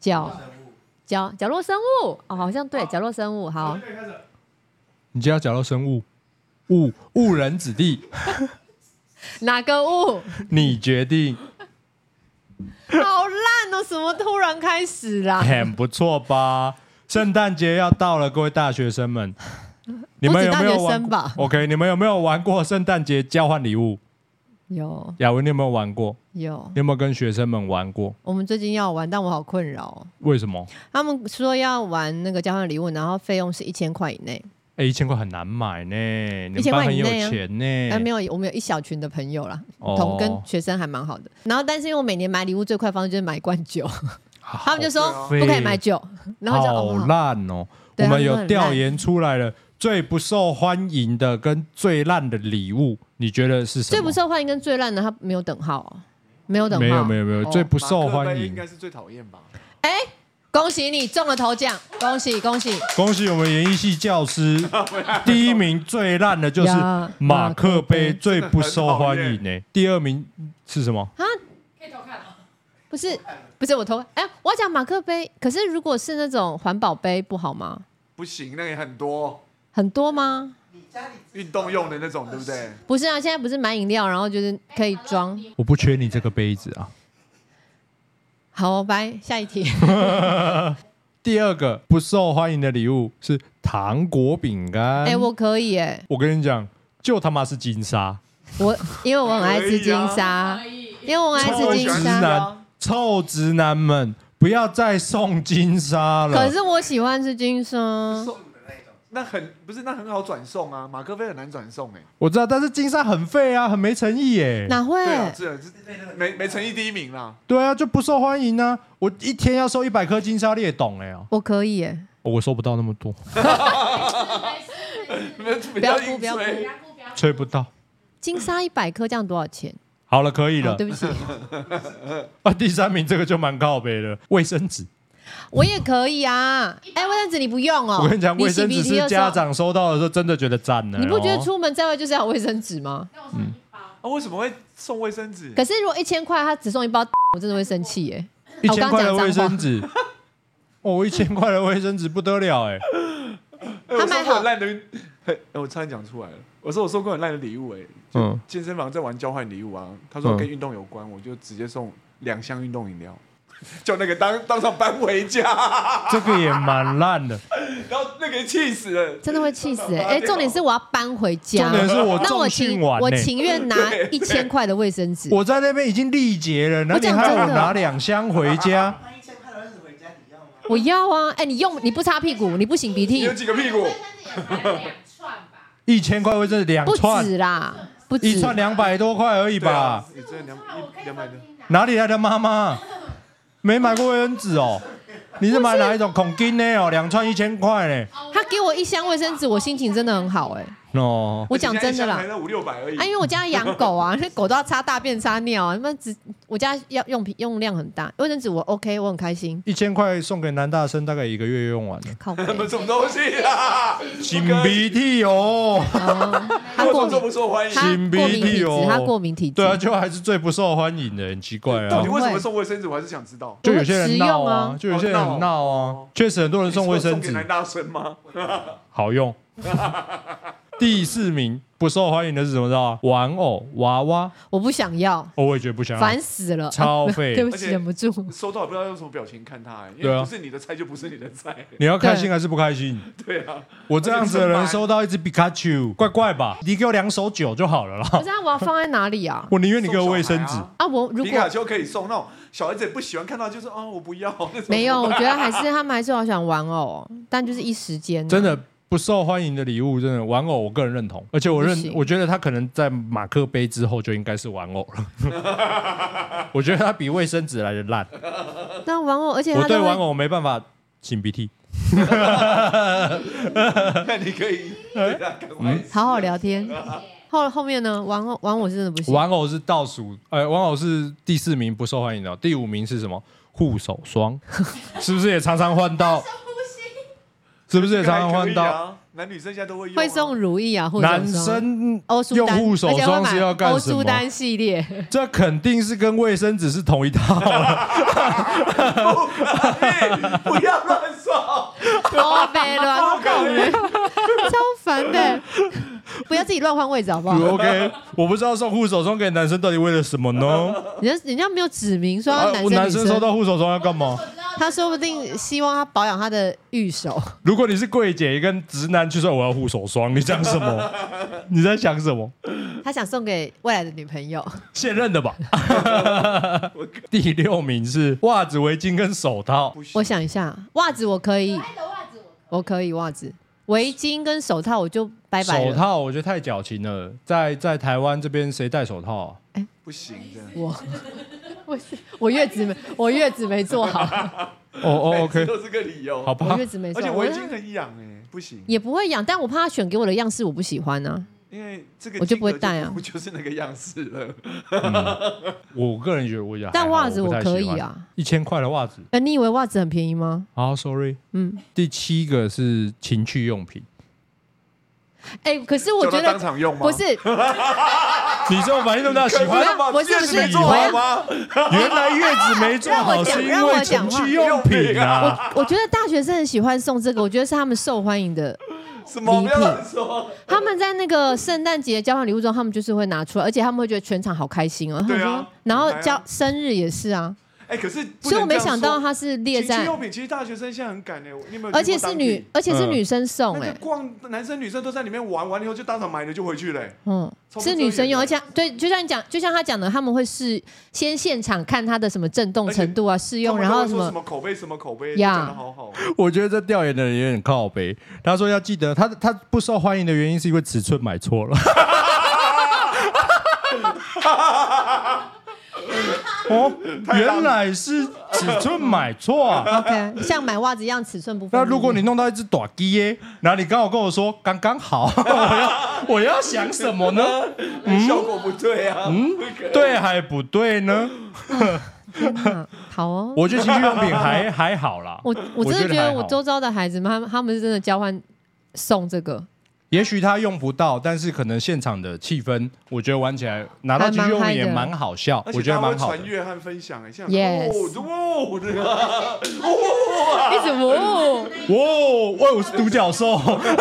角角角落生物哦，好像对，角落生物好。你就要讲到生物，误误人子弟， 哪个物？ 你决定，好烂哦！什么突然开始 啦？很不错吧？圣诞节要到了，各位大学 生们，你们有不止没有大学玩生吧？OK，你们有没有玩过圣诞节交换礼物？有雅文，你有没有玩过？有，你有没有跟学生们玩过？我们最近要玩，但我好困扰、哦。为什么？他们说要玩那个交换礼物，然后费用是一千块以内，哎、一千块很难买呢，你1000们班块很以有内啊钱但没呢。有，我们有一小群的朋友啦，哦同跟学生还蛮好的。然后，但是因为我每年买礼物最快的方式就是买罐 酒，他们就说对啊不可以买酒，然后就哦好好烂哦！对他我们们说有很调烂研出来了，最不受欢迎的跟最烂的礼物，你觉得是什最么？不受欢迎跟最烂的，他没有等号哦，没有等号，没有没有没有，哦最不受欢应迎。该是最讨厌吧？哎，恭喜你中了头奖，恭喜恭喜！恭喜我们演艺系 教师第一名最烂的就是呀马克马克杯，杯最不受欢迎呢、第二名是什么？不是不是我偷哎，我要讲马克杯，可是如果是那种环保杯不好吗？不行，那也很多很多吗？运动用的那种，对不对？不是啊，现在不是买饮料，然后就是可以装。我不缺你这个杯子啊。好，拜，下一题。第二个不受欢迎的礼物是糖果饼干。哎、我可以哎、我跟你讲，就他妈是金沙，我因为我很爱吃金可以啊沙，因为我很爱臭吃直金喜欢吃沙。男，臭直男们不要再送金沙了。可是我喜欢吃金沙，送那很不是，那很好转送啊，马克杯很难转送哎、我知道，但是金沙很废啊，很没诚意耶、哪会？对啊，这这没没诚意第一名啦。对啊，就不受欢迎啊！我一天要收一百颗金沙，你也懂哎、哦我可以哎、我收不到那么多，你们不不要哭硬不要哭吹吹不到。金沙一百颗这样多少钱？好了，可以了哦，。对不起，啊，第三名这个就蛮靠北了，卫生纸。我也可以啊。哎、卫生纸你不用哦。我跟你讲，卫生洗鼻纸涕是的时家候，长收到的时候真的觉得赞呢。你不觉得哦出门在外就是要有卫生纸吗？啊？为什么会送卫生纸？可是如果一千块他只送一包， 我真的会生气耶、一千块的我刚讲卫脏话生纸？ 哦，一千块的卫生纸不得了哎！哎我他买送过好很烂的，嘿哎，我差点讲出来了。我说我送过很烂的礼物哎、嗯，健身房在玩交换礼物啊，他说嗯跟运动有关，我就直接送两箱运动饮料，叫那个当当场搬回家， 这个也蛮烂的。然后那个人气死了。真的会气死哎、哎、重点是我要搬回家。重点是我那我重情训完我呢，情愿拿一千块的卫生纸。我在那边已经力竭了，那我你讲还要我真的拿两箱回家？那一千块的是回家你要吗？我要啊！哎、你用你不擦屁股，你不擤鼻你涕有，几个屁股卫？生纸也买了两串吧，一千块卫生纸两不串，止啦，不止一。串两百多块而已对吧啊？，也这两那我可以两百分多。听的。哪里来的妈妈？没买过卫生纸哦？你是买哪一种孔金呢？哦，两串一千块呢？他给我一箱卫生纸，我心情真的很好哎、哦，我讲真的啦而且现在一箱才，那五六百而已啊，因。为我家养狗啊， 那狗都要擦大便、擦尿啊，那只我家要用品用量很大，卫生纸我 OK，我很开心。一千块送给男大生，大概一个月用完了。靠北，他们什么东西啊？擤鼻涕哦，哦他过为什么这敏，么受欢迎？他过擤鼻涕哦敏体质，他过敏体质。 对啊，就还是最不受欢迎的，很奇怪到啊底。为什么送卫生纸？我还是想知道。就有些人闹我啊很实用啊，就有些人很闹啊哦，确实很多人送卫生送给纸男大生吗？好 用。第四名不受欢迎的是什么？知道吗？玩偶娃娃，我不想要，哦我也觉得不想要。烦死了， 超费对不而起，且忍不 住。收到也不知道用什么表情看他，欸因对啊为不是你的菜就不是你的菜。 你要开心还是不开心？对啊，我这样子的人收到一只皮卡丘，怪怪吧？你给我两手酒就好了不啦。是啊，我要放在哪里啊？我宁愿你给我卫生纸送小孩。啊啊，我如皮果卡丘可以送那种小孩子也不喜欢看到，就是啊我不要 那种。没有，我觉得还是他们还是好想玩偶，但就是一时间、啊真，的不受欢迎的礼物，真的玩偶，我个人认同，而且我不认，行我觉得它可能在马克杯之后就应该是玩偶了。 我觉得它比卫生纸来的烂，但玩偶，而且我他对都玩会偶没办法擤鼻涕。那你可以哎对他赶快嗯好好聊天。啊后后面呢，玩偶玩偶是真的不行。玩偶是倒数，呃，玩偶是第四名不受欢迎的，第五名是什么？护手霜，是不是也常常换到？是不是也常常还可换以到？啊，男女生现在都会用啊。会送如意啊，护手男霜生欧舒用丹，护手而且会霜买是要干欧什舒么？丹系 列，这肯定是跟卫生纸是同一 套啊，哎不要乱送，欧北乱控人，超烦的，不要自己乱换位置好 不好？ OK，我不知道送护手霜给男生到底为了什么呢？人家人家没有指明说啊要男我生男女生收到护手霜要干嘛？他说不定希望他保养他的玉手，如果你是柜姐，跟直男去说我要护手霜，你讲什 么？你在想什么？他想送给未来的女朋友。现任的吧。 第六名是袜子、围巾跟手套。我想一下，袜子我可以可，爱的袜子我我可以袜子，围巾跟手套我就拜拜手了。套我觉得太矫情了，在在台湾这边谁戴手套啊、不行的。我我是我月子没我月子没做 好，哦哦每次，OK，都是个理由。 好我吧月，子没而做且好，围我巾很痒哎，不行，也不会痒，但我怕他选给我的样式我不喜欢啊。因为这个我就不会戴啊我就是那个样式了。嗯我个人觉得我也还好但袜子我不太可喜以欢，啊。一千块的袜子。呃，你以为袜子很便宜吗？好，sorry。嗯，第七个是情趣用品，哎、可是我觉叫他当得场用吗？不是，你这种反应那么大，喜我欢要把我戒是指不是做啊我好要吗？ 原来月子没做好是因为情趣用品啊。我觉得大学生很喜欢送这个，我觉得是他们受欢迎的。什么？礼不品要乱说。他们在那个圣诞节交换礼物中，他们就是会拿出来，而且他们会觉得全场好开心哦。他们对啊说，然后很嗨啊交生日也是啊，哎，可是不能所以我没这样想到说他是列情趣在，用品，其实大学生现在很敢哎，你有没有？而且是女，，而且是女生送那哎个、逛男生女生都在里面玩，完了以后就当场买了就回去嘞。嗯，从不是遮掩女生用，的而且对，就像你讲，就像他讲的，他们会是先现场看他的什么震动程度啊，试用，他然们都后会什说么什么口碑什么口碑，呀讲的好好。 我觉得这调研的人有点靠背。他说要记得，他他不受欢迎的原因是因为尺寸买 错了。哦，原来是尺寸买错 啊。 ，OK，像买袜子一样尺寸不分那明。如果你弄到一只短鸡耶，然后你刚好跟我说刚 刚好，我要我要想什么呢？哎效果不对啊，嗯不可以，对还不对呢？天哪好哦，我觉得情趣用品还还好啦。我我真的觉还得好我周遭的孩子们，他们他们是真的交换送这 个，也许他用不到，但是可能现场的气氛，我觉得玩起来拿到情趣用品也蛮好笑，而我且觉得他会蛮好的传。阅和分享哎，像 Yes 哦哦，对啊一直哦，哇，喂，哦我是独角兽， 可以啊，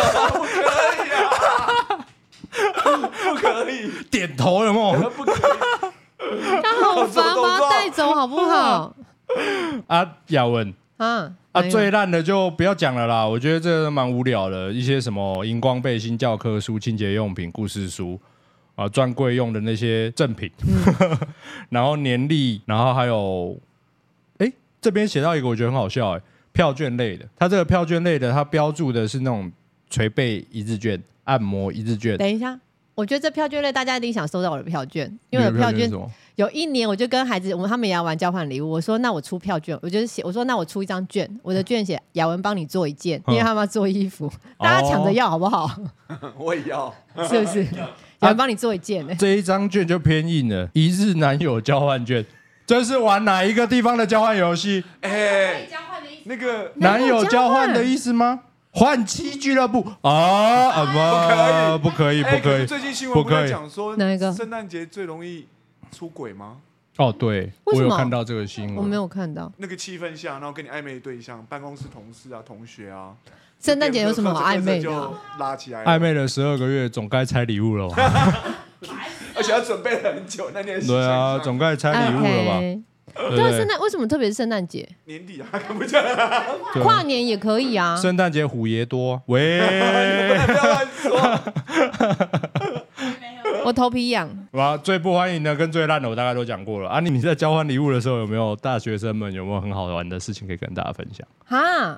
不可以，啊点头了哦吗？不可以， 他好烦，走走把他带走好不好？啊，雅文。 啊啊，哪有最烂的就不要讲了啦，我觉得这蛮无聊的。一些什么荧光背心、教科书、清洁用品、故事书，啊，专柜用的那些赠品，嗯 然后年历，然后还有，哎、这边写到一个我觉得很好笑、诶票券类的，它这个票券类的，它标注的是那种捶背一日券、按摩一日券。等一下。我觉得这票券类大家一定想收到我的票券，因为我的你的票是券什么？有一年我就跟孩子，我们他们也要玩交换礼物，我说那我出票券，我就是写我说那我出一张券，我的券写雅文帮你做一件，因为嗯哦他们要做衣服，大家抢着要好不好？我也要，是不 是？啊雅文帮你做一件、欸，这一张券就偏硬了，一日男友交换券，这是玩哪一个地方的交换游戏？可哎以，交换的意思。那个男友交换的意思吗？换妻俱乐部啊啊不，不可以，哎不可是以。最近新闻不不可以在讲说哪一个圣诞节最容易出轨吗？哦，对，为我什么有看到这个新我没闻。有看到。那个气氛下，然后跟你暧昧的对象、办公室同事啊、同学啊，圣诞节有什么好暧昧的就啊、拉起来了暧，昧了十二个月，总该拆礼物了吧？而且他准备了很久，那天是对啊，想总该拆礼物了吧？ OK 对不对啊，圣对？诞为什么特别是圣诞节？年底啊，看不见了，对啊跨年也可以啊。圣诞节虎爷多， 不喂！要乱说。哎没有我头皮痒，哇，最不欢迎的跟最烂的我大概都讲过了啊。你你在交换礼物的时候，有没有大学生们有没有很好玩的事情可以跟大家分享？哈，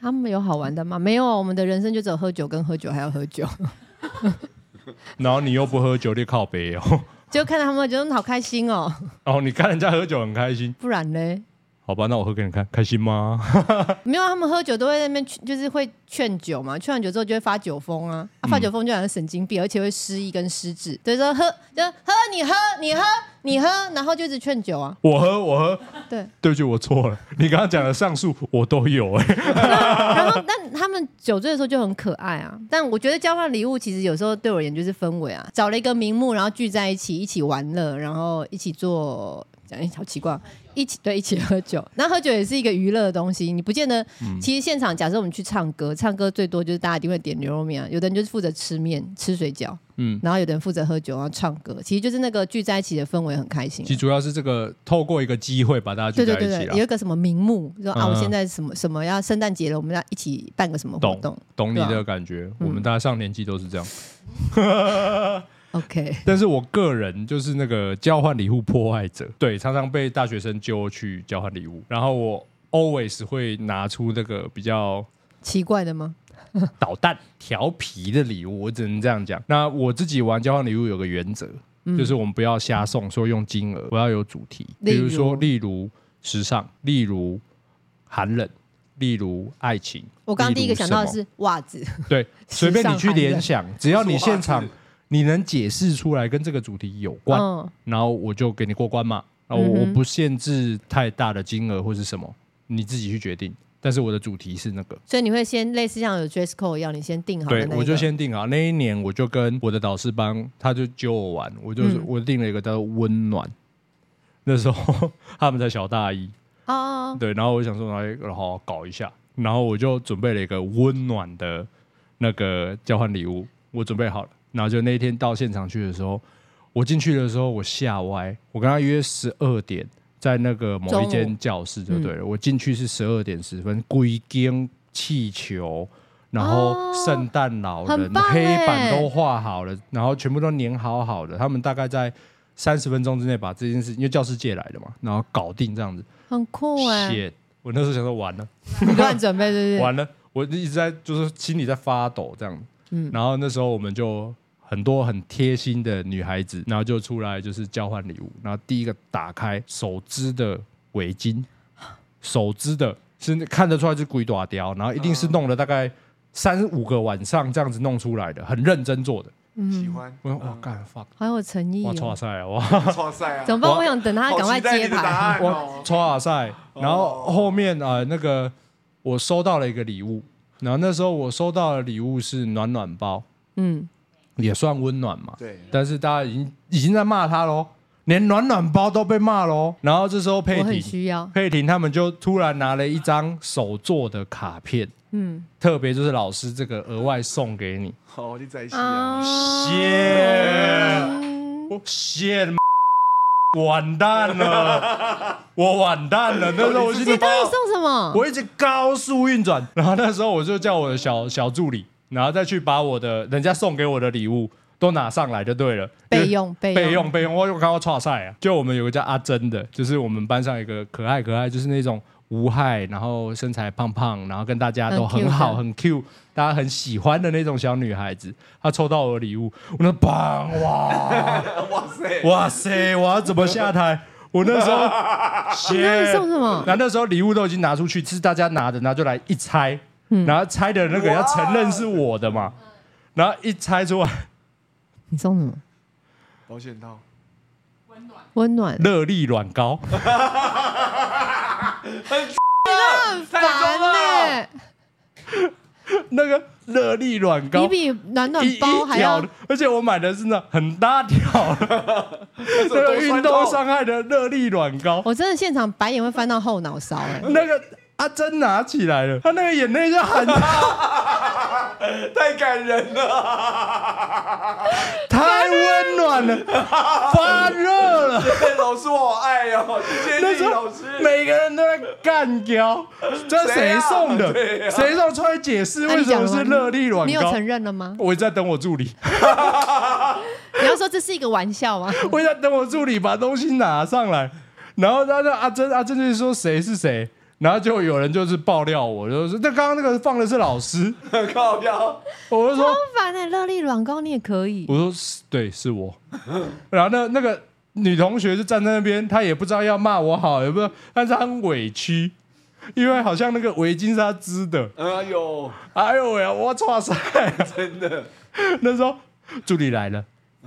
他们有好玩的吗？没有啊，我们的人生就只有喝酒跟喝酒，还要喝酒。 然后你又不喝酒，你靠北哦。 就看到他们觉得好开心哦， 哦，你看人家喝酒很开心不然嘞，好吧，那我喝给你看，开心吗？没有啊，他们喝酒都会在那边劝，就是会劝酒嘛，劝完酒之后就会发酒疯啊，啊发酒疯就好像神经病，而且会失忆跟失智，对，说喝就喝你喝你喝你喝，然后就一直劝酒啊，我喝，我喝，对，对不起，我错了。你刚刚讲的上述我都有、哎，然后但他们酒醉的时候就很可爱啊，但我觉得交换礼物其实有时候对我而言就是氛围啊，找了一个名目，然后聚在一起一起玩乐，然后一起做。讲一好奇怪，一起对一起喝酒，那喝酒也是一个娱乐的东西，你不见得。其实现场假设我们去唱歌，唱歌最多就是大家一定会点牛肉面、啊，有的人就是负责吃面吃水饺，嗯嗯，然后有的人负责喝酒然后唱歌，其实就是那个聚在一起的氛围很开心啊、其实主要是这个透过一个机会把大家聚对对在一对起对啦，有一个什么名目，说啊，嗯我现在什么什么要圣诞节了，我们要一起办个什么活懂动懂你对啊的感觉。我们大家上年纪都是这样， ？OK，但是我个人就是那个交换礼物破坏者，对，常常被大学生揪去交换礼物，然后我 always 会拿出那个比较奇怪的吗？捣蛋、调皮的礼物，我只能这样讲。那我自己玩交换礼物有个原则，就是我们不要瞎送，说用金额，我要有主题，嗯例比如如说例如时尚，例如寒冷，例如爱情。我刚刚第一个想到的例如是袜子，什么，对，随便你去联想，只要你现场你能解释出来跟这个主题有关，嗯，然后我就给你过关嘛。那我、嗯我哼不限制太大的金额或是什么，你自己去决定。但是我的主题是那个，所以你会先类似像有 dress code 一样，你先定好的对那，一个我就先定好。那一年我就跟我的导师班，他就揪我玩，我就是、嗯我定了一个叫做温暖。那时候 他们才小大一，哦哦，哦对，然后我想说，哎，然后搞一下，然后我就准备了一个温暖的那个交换礼物，我准备好了，然后就那一天到现场去的时候，我进去的时候我吓歪，我跟他约十二点在那个某一中午嗯间教室就对了，我进去是十二点十分，龟跟气球。然后哦圣诞老人、很棒黑板欸都画好了，然后全部都粘好好的。他们大概在三十分钟之内把这件事，因为教师借来的嘛，然后搞定这样子。很酷哎、 Shit！我那时候想说完了，你乱准备对不对？完了，我一直在就是心里在发抖这样。嗯然后那时候我们就很多很贴心的女孩子，然后就出来就是交换礼物。然后第一个打开手织的 围巾，手织的是看得出来是鬼打雕，然后一定是弄了大概三五个晚上这样子弄出来的，很认真做的。喜嗯，欢，我说哇干 fuck，好有诚意哇超哦。赛啊哇！超赛啊！ 怎么办？我我想等他赶快好期待揭你的答牌。案我哦！抽啊赛，然后后面啊、呃那个我收到了一个礼物，然后那时候我收到的礼物是暖暖包，嗯，也算温暖嘛。对，但是大家已经已经在骂他喽，连暖暖包都被骂喽。然后这时候我佩很婷，需要。佩婷他们就突然拿了一张手做的卡片，嗯特别就是老师这个额外送给你。好，你在一起啊！啊，谢，我谢。完蛋了，我完蛋了！那时候我姐心姐里到底送什么？我一直高速运转，然后那时候我就叫我的小小助理，然后再去把我的人家送给我的礼物都拿上来就对了，备用因备用为备用备用。我有刚刚差赛啊，就我们有个叫阿珍的，就是我们班上一个可爱可爱，就是那种无害，然后身材胖胖，然后跟大家都很很好 cute 很 Q，大家很喜欢的那种小女孩子。她抽到我的礼物，我那 棒哇 哇塞， 哇塞，我要怎么下台？我那时候，那你谢。送什么？那那时候礼物都已经拿出去，是大家拿着，然后就来一拆，嗯然后拆的那个要承认是我的嘛，然后一拆出来，你送什么？保险套，温暖。热力软膏，烦啊呢、 那个热力软膏你。比暖暖一一包还条要的，而且我买的是那很大条的那那个运动伤害的热力软膏，我真的现场白眼会翻到后脑勺哎、那个阿珍拿起来了，她那个眼泪就喊她太感人了，太温暖了，发热了。老师我好爱哦，谢那谢时你候老师。每个人都在干掉， 这谁谁啊送的对？啊谁送出来解释那为啊你什讲么了吗是热力软你有膏？承认了吗？我一直在等我助理， 你要说这是一个玩笑 吗？我一直在等我助理把东西拿上来，然后他就啊阿珍阿珍就说谁是谁，然后就有人就是爆料我，就说那刚刚那个放的是老师，靠腰，我就说欸不烦哎、热力软膏你也可以。我说是对是我，然后那那个女同学就站在那边，她也不知道要骂我好，也不知道，但是她很委屈，因为好像那个围巾是她织的。哎呦，哎呦喂啊，我操塞！真的，那时候助理来了，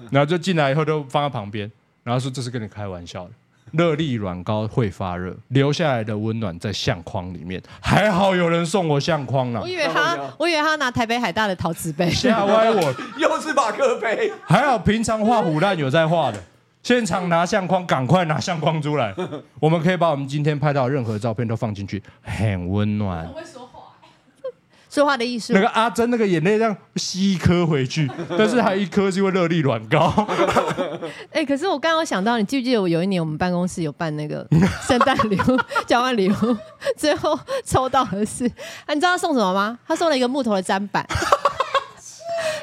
然后就进来以后都放在旁边，然后说这是跟你开玩笑的。热力软膏会发热，留下来的温暖在相框里面。还好有人送我相框了我，以为他，我以为他拿台北海大的陶瓷杯，吓歪我。又是马克杯，还好平常画虎烂有在画的，现场拿相框，赶快拿相框出来，我们可以把我们今天拍到的任何照片都放进去，很温暖很。会说话欸，说话的艺术那。个阿珍那个眼泪这样吸一颗回去，但是还一颗是因为热力软膏，哎、可是我刚刚有想到，你记不记得我有一年我们办公室有办那 个圣诞礼物 交换礼物，最后抽到的是，啊，你知道他送什么吗？他送了一个木头的砧 板，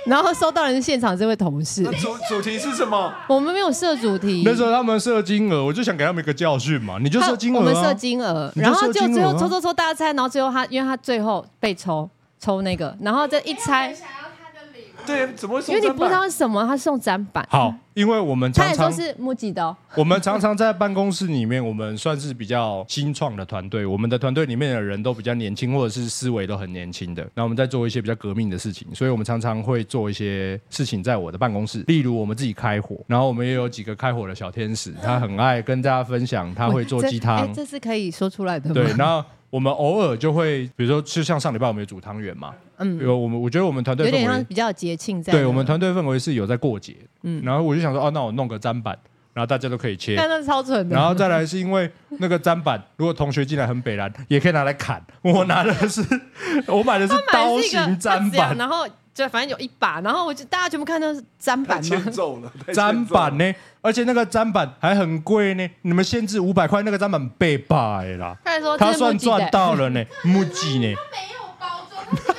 然后收到人现场这位同事那，主主题是什么？我们没有设主题，那时候他们设金额，我就想给他们一个教训嘛，你就他设金额、啊，我们设金额，你就然后设就金额最后啊抽抽抽大家猜，然后最后他因为他最后被抽抽那个，然后这一猜没有人，想要他的礼物，对，怎么会因送为你砧不知道板？是什么，他送砧板，好，因为我们他常也说常是木吉的、哦，我们常常在办公室里面，我们算是比较新创的团队，我们的团队里面的人都比较年轻，或者是思维都很年轻的。那我们在做一些比较革命的事情，所以我们常常会做一些事情在我的办公室，例如我们自己开火，然后我们也有几个开火的小天使，他很爱跟大家分享，他会做这鸡哎汤，这是可以说出来的吗？对，然后。我们偶尔就会，比如说，就像上礼拜我们有煮汤圆嘛，嗯，有我们我觉得我们团 队有氛围点像比较有节庆在的。对我们团队氛围是有在过节，嗯，然后我就想说，哦，那我弄个砧板，然后大家都可 以切，但那超蠢的。然 后再来是因为那个砧板，如果同学进来很北蓝，也可以拿来砍。我拿的是， 我买的是刀型砧板，然后就反正有一把，然后我就大家全部看到是砧太 板欠嘛，揍了，太欠揍了砧板呢，而且那个砧板还很贵呢，你们限制五百块，那个砧板被霸啦，他还说他这是木哦算吉的赚，到了呢，木吉呢，他没有包装，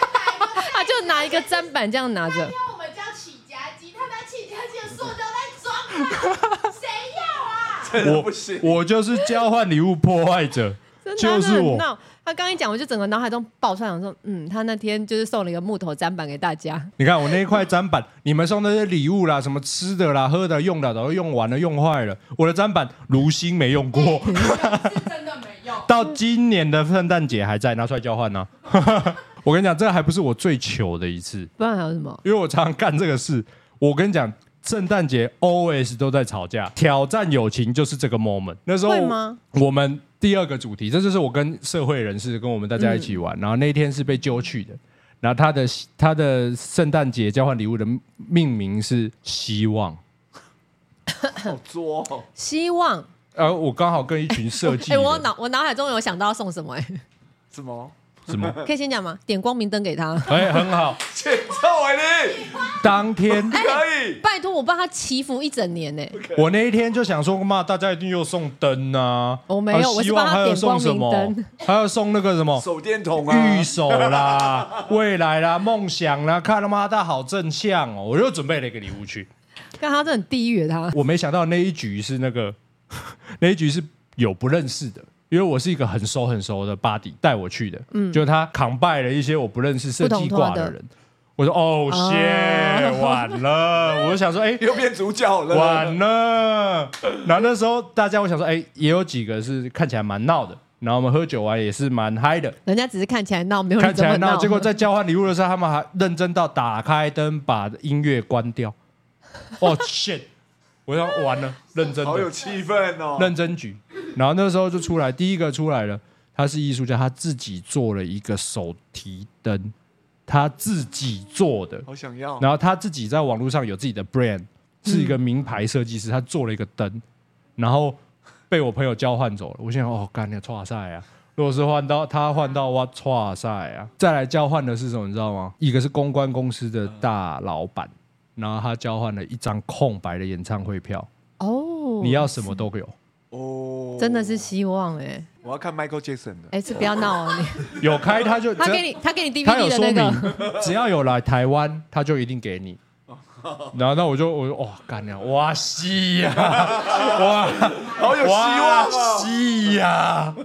他只是他就拿拿一个，一个砧板这样拿 着，因为我们叫起家鸡，他拿起家鸡的塑胶袋装满，谁要啊？真的不行，我我就是交换礼物破坏者，真的就是他真的我很闹。他刚一讲，我就整个脑海中爆出来，我说嗯，他那天就是送了一个木头砧板给大家， 你看我那一块砧板，你们送那些礼物啦，什么吃的啦、喝的、用的，早就用完了、用坏了。我的砧板如新没用 过，是真的没用，到今年的圣诞节还在，拿出来交换呢、 我跟你讲，这还不是我最糗的一次，不然还有什么？因为我常常干这个事。我跟你讲，圣诞节 always 都在吵架，挑战友情就是这个 moment。那时候会吗我们第二个主题，这就是我跟社会人士跟我们大家一起嗯玩，然后那一天是被揪去的。然后他的他的圣诞节交换礼物的命名是希望，好作哦。希望而呃我刚好跟一群设计 哎、人，我脑我脑海中有想到要送什么、什么？什么？哎，可以先讲吗？点光明灯给他。哎，很好。欠揍啊你！当哎天可以，拜托，我帮他祈福一整年呢、我那一天就想说，妈，大家一定又送灯啊！我哦没有还我是希帮望他还有点送光什明么灯？还要送那个什么手电筒啊玉，手啦、 未来啦、梦想啦，看他妈的好正向哦！我又准备了一个礼物去，看他真的很地狱，他我没想到那一局是那个 那一局是有不认识的。因为我是一个很熟很熟的 buddy 带我去的，嗯，就他扛拜了一些我不认识设计挂的人，我说哦，谢、 晚了，我就想说，哎、又变主角了。晚了。然后那时候大家，我想说，哎、也有几个是看起来蛮闹的，然后我们喝酒啊玩也是蛮嗨的，人家只是看起来闹，没有看人起怎来么闹。结果在交换礼物的时候，他们还认真到打开灯把音乐关 掉。哦、shit！我要完了，认真好有的气氛哦！认真局。然后那时候就出来，第一个出来了，他是艺术家，他自己做了一个手提灯，他自己做的。好想要，然后他自己在网络上有自己的 brand，是一个名牌设计师，他做了一个灯，然后被我朋友交换走了。我现在哦，干你错赛啊！如果是换到他换到哇错赛啊，再来交换的是什么？你知道吗？一个是公关公司的大老板，然后他交换了一张空白的演唱会票，哦，你要什么都有，哦，真的是希望哎、我要看 Michael Jackson 的。哎、是不要闹哦 你，有开他就他只要给你他给你他有 DVD 的说那个，明， 只要有来台湾，他就一定给 你。然后那我就我就哇干了，哇西呀，哇 好有希望哦！西呀，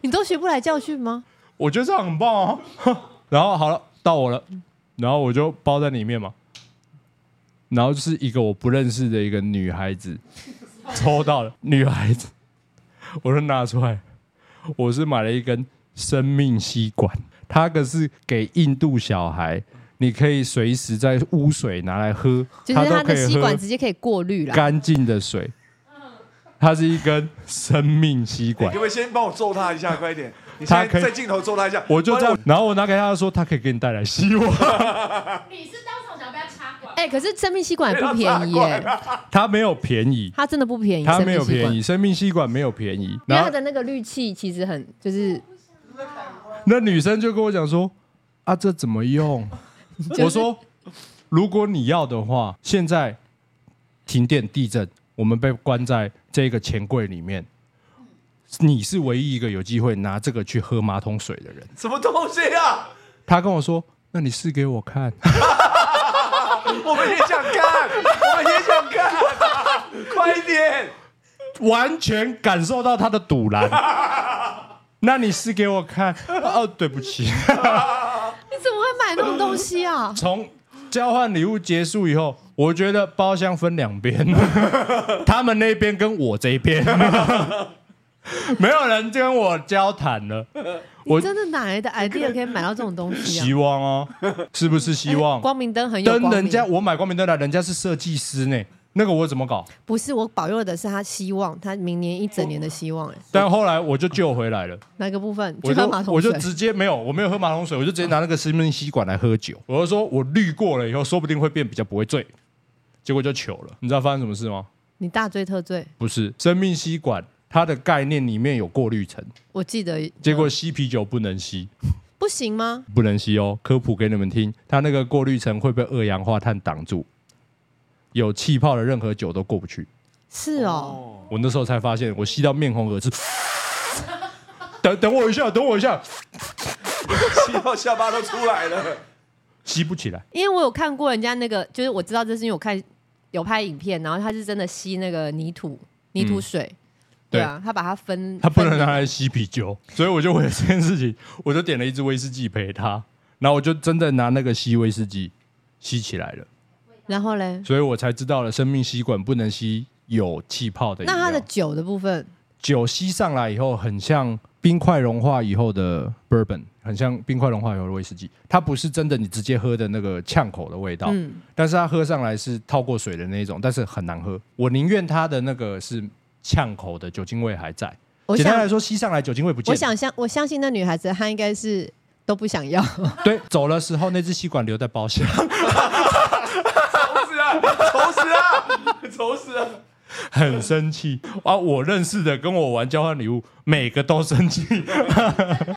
你都学不来教训吗？我觉得这样很棒哦。 然后好了，到我了，然后我就 包在里面嘛。然后就是一个我不认识的一个女孩子，抽到了女孩子，我就拿出来，我是买了一根生命吸管，它可是给印度小孩，你可以随时在污水拿来喝，就是都它可的以吸喝管直接可以过滤啦。干净的水。它是一根生命吸你哎管可不，可以先帮我揍他一下，快一点！你他现可在以在镜头揍他一下，我就不这然样，然后我拿给他说，他可以给你带来希望。你是当场想要被他插管？哎、可是生命吸管也不便宜被他耶、 插它没有便宜，它真的不便宜，它没生命有吸便管宜，，生命吸管没有便宜。因为然后它的那个氯气其实很就是那女生就跟我讲说：“啊，这怎么用？” 是我说：“如果你要的话，现在停电、地震，我们被关在这个钱柜里面，你是唯一一个有机会拿这个去喝马桶水的人。什么东西啊？”她跟我说：“那你试给我看。 我们也想 看，我们也想看，快一点！”完全感受到她的堵然。 那你试给我看。哦，对不起。你怎么会买那种东西啊？从交换礼物结束以后，我觉得包厢分两边，他们那边跟我这边，没有人跟我交谈了。我你真的哪来的 idea 可以买到这种东西啊希？望哦，是不是希望？哎光明灯很有灯光人明，家我买光明灯来，人家是设计师呢，那个我怎么搞？不是我保佑的是他希望，他明年一整年的希望、哎，但后来我就救回来了，哪个部分？哦我去喝马就桶我就水。直接没有，我没有喝马桶水，我就直接拿那个生命吸管来喝酒。我就说我滤过了以后，说不定会变比较不会醉。结果就糗了，你知道发生什么事吗？你大醉特醉，不是生命吸管，它的概念里面有过滤层，我记得。结果吸啤酒不能吸，不行吗？不能吸哦。科普给你们听，它那个过滤层会被二氧化碳挡住，有气泡的任何酒都过不去。是哦，我那时候才发现，我吸到面红耳赤。 等等我一下，等我一下，气到下巴都出来了。吸不起来。因为我有看过人家那个，就是我知道这是因为我看有拍影片，然后他是真的吸那个泥土泥土水，对啊，他把它分，嗯他不能分拿来吸啤酒，所以我就为了这件事情，我就点了一支威士忌陪他，然后我就真的拿那个吸威士忌吸起来了。然后 嘞，所以我才知道了，生命吸管不能吸有气泡的饮料。那它的酒的部分，酒吸上来以后，很像冰块融化以后的 bourbon，很像冰块融化以后的威士忌。它不是真的你直接喝的那个呛口的味道，嗯，但是它喝上来是套过水的那一种，但是很难喝。我宁愿它的那个是呛口的，酒精味还在。我简单来想，说，吸上来酒精味不见。我想相，我相信那女孩子她应该是都不想要，对，走的时候那支吸管留在包厢，愁死啊！愁死啊！愁死啊！很生气啊！我认识的跟我玩交换礼物，每个都生 气，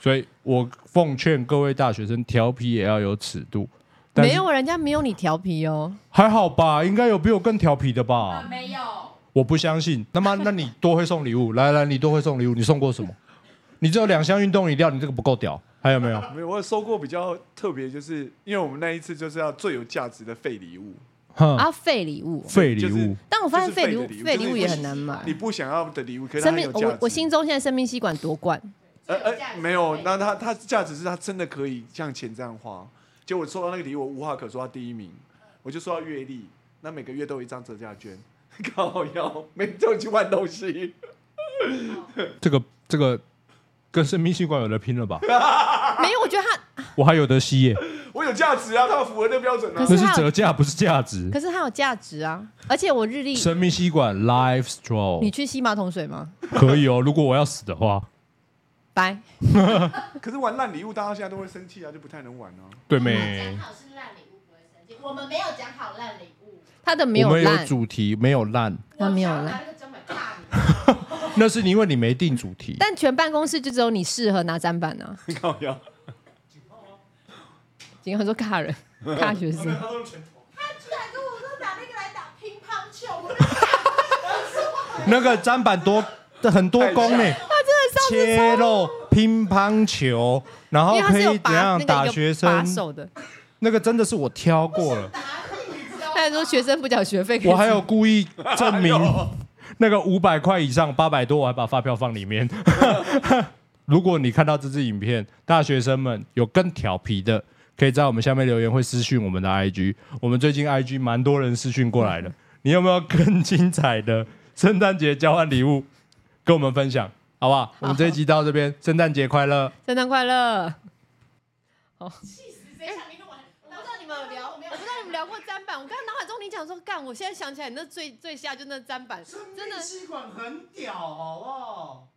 所以我奉劝各位大学生，调皮也要有尺度。但是没有人家没有你调皮哦，还好吧，应该有比我更调皮的啊，吧？没有，我不相信。那 么，那你多会送礼物？来来，你多会送礼物？你送过什么？你只有两箱运动饮料，你这个不够屌。还有没有？没有，我有收过比较特别，就是因为我们那一次就是要最有价值的废礼物，哼，啊，废礼物。废礼就物是。但我发现就是废废礼的物，礼物废礼就是物你也不很难买你。不想要的礼物，可是它生很命有，价值我。我心中现在生命吸管夺 冠，呃呃没有，那它它价值是它真的可以像钱这样花。结果我收到那个礼物，我无话可说，它第一名，我就收到月历，那每个月都有一张折价券， 靠腰，每周去换东西。 这个这个跟生命吸管有的拼了吧？没有，我觉得它，我还有的吸耶，我有价值啊，它符合那标准啊可。那是是它有折价，不是价值可。是它有价值啊，而且我日历，生命吸管 Life 你 Straw 去吸马桶水吗？ 可以哦，如果我要死的话，拜，可是玩烂礼物，大家现在都会生气啊，就不太能玩啊。 对我们没讲？好是烂礼物不会生气，我们没有讲好烂礼物。它的没我有们有烂，主题，没有烂，它没有我想要烂拿，那个专门怕你。那是因为你没定主题。但全办公室就只有你适合拿砧板啊。靠腰，今天很多尬 人，尬学生。他居然跟我说拿那个来打乒乓球，我就想那个砧板多很多工呢、他真的上次切肉、乒乓球，然因后为他可是有以拔怎样那打个学一个生？把手的，那个真的是我挑过了，打你，你知他道吗还说学生不缴学费可以，我还有故意证明哎呦那个五百块以上八百多，我还把发票放里面。 如果你看到这支影片，大学生们有更调皮的，可以在我们下面留言，会私讯我们的 IG。我们最近 IG 蛮多人私讯过来的，你有没有更精彩的圣诞节交换礼物跟我们分享，好不好？我们这一集到这边，圣诞节快乐！圣诞快乐！谁想你录完？我不知道你们有聊，我不知道你们聊过砧板。我刚刚脑海中你讲说干，我现在想起来，你那最最下就那砧板，真的吸管很屌，好不好？